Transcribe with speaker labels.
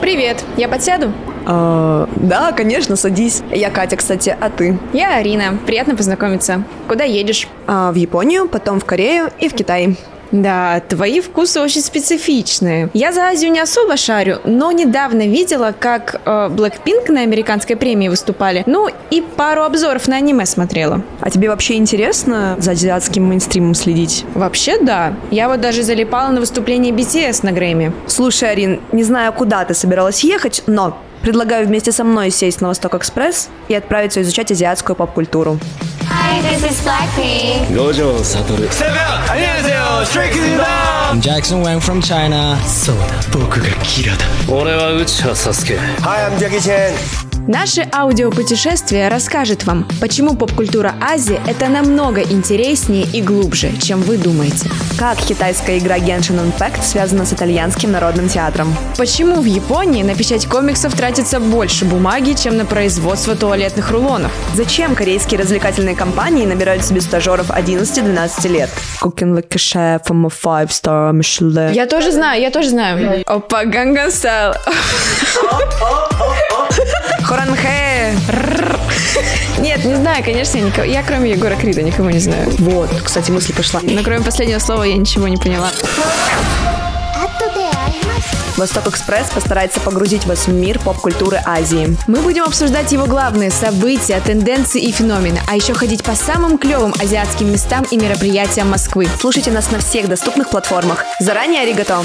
Speaker 1: Привет, я подсяду?
Speaker 2: А, да, конечно, садись. Я Катя, кстати, а ты?
Speaker 1: Я Арина, приятно познакомиться. Куда едешь?
Speaker 2: А, в Японию, потом в Корею и в Китай.
Speaker 1: Да, твои вкусы очень специфичные. Я за Азию не особо шарю, но недавно видела, как э, Blackpink на американской премии выступали. Ну и пару обзоров на аниме смотрела.
Speaker 2: А тебе вообще интересно за азиатским мейнстримом следить?
Speaker 1: Вообще да. Я вот даже залипала на выступление BTS на Грэмми.
Speaker 2: Слушай, Арин, не знаю, куда ты собиралась ехать, но предлагаю вместе со мной сесть на Восток Экспресс и отправиться изучать азиатскую поп-культуру.
Speaker 3: Hi, this is Blackpink.
Speaker 4: 고조 사토르
Speaker 5: 새벽 안녕하세요 스트레이키즈입니다
Speaker 6: Jackson Wang from China.
Speaker 4: そうだ僕がキラだ俺は内葉サスケ
Speaker 5: Hi, I'm Jackie Chan.
Speaker 1: Наше аудиопутешествие расскажет вам, почему поп-культура Азии – это намного интереснее и глубже, чем вы думаете.
Speaker 2: Как китайская игра Genshin Impact связана с итальянским народным театром?
Speaker 1: Почему в Японии на печать комиксов тратится больше бумаги, чем на производство туалетных рулонов?
Speaker 2: Зачем корейские развлекательные компании набирают себе стажеров 11-12 лет? Cooking like a chef, I'm a five-star Michelin.
Speaker 1: Я тоже знаю, я тоже знаю. Опа, Gangnam Style.
Speaker 2: Хоранхэ!
Speaker 1: Нет, не знаю, конечно, я, никого- я кроме Егора Крида никого не знаю.
Speaker 2: Вот, кстати, мысль пошла.
Speaker 1: Но кроме последнего слова я ничего не поняла.
Speaker 3: 後で会いましょう
Speaker 2: Восток Экспресс постарается погрузить вас в мир поп-культуры Азии.
Speaker 1: Мы будем обсуждать его главные события, тенденции и феномены, а еще ходить по самым клевым азиатским местам и мероприятиям Москвы.
Speaker 2: Слушайте нас на всех доступных платформах. Заранее аригато!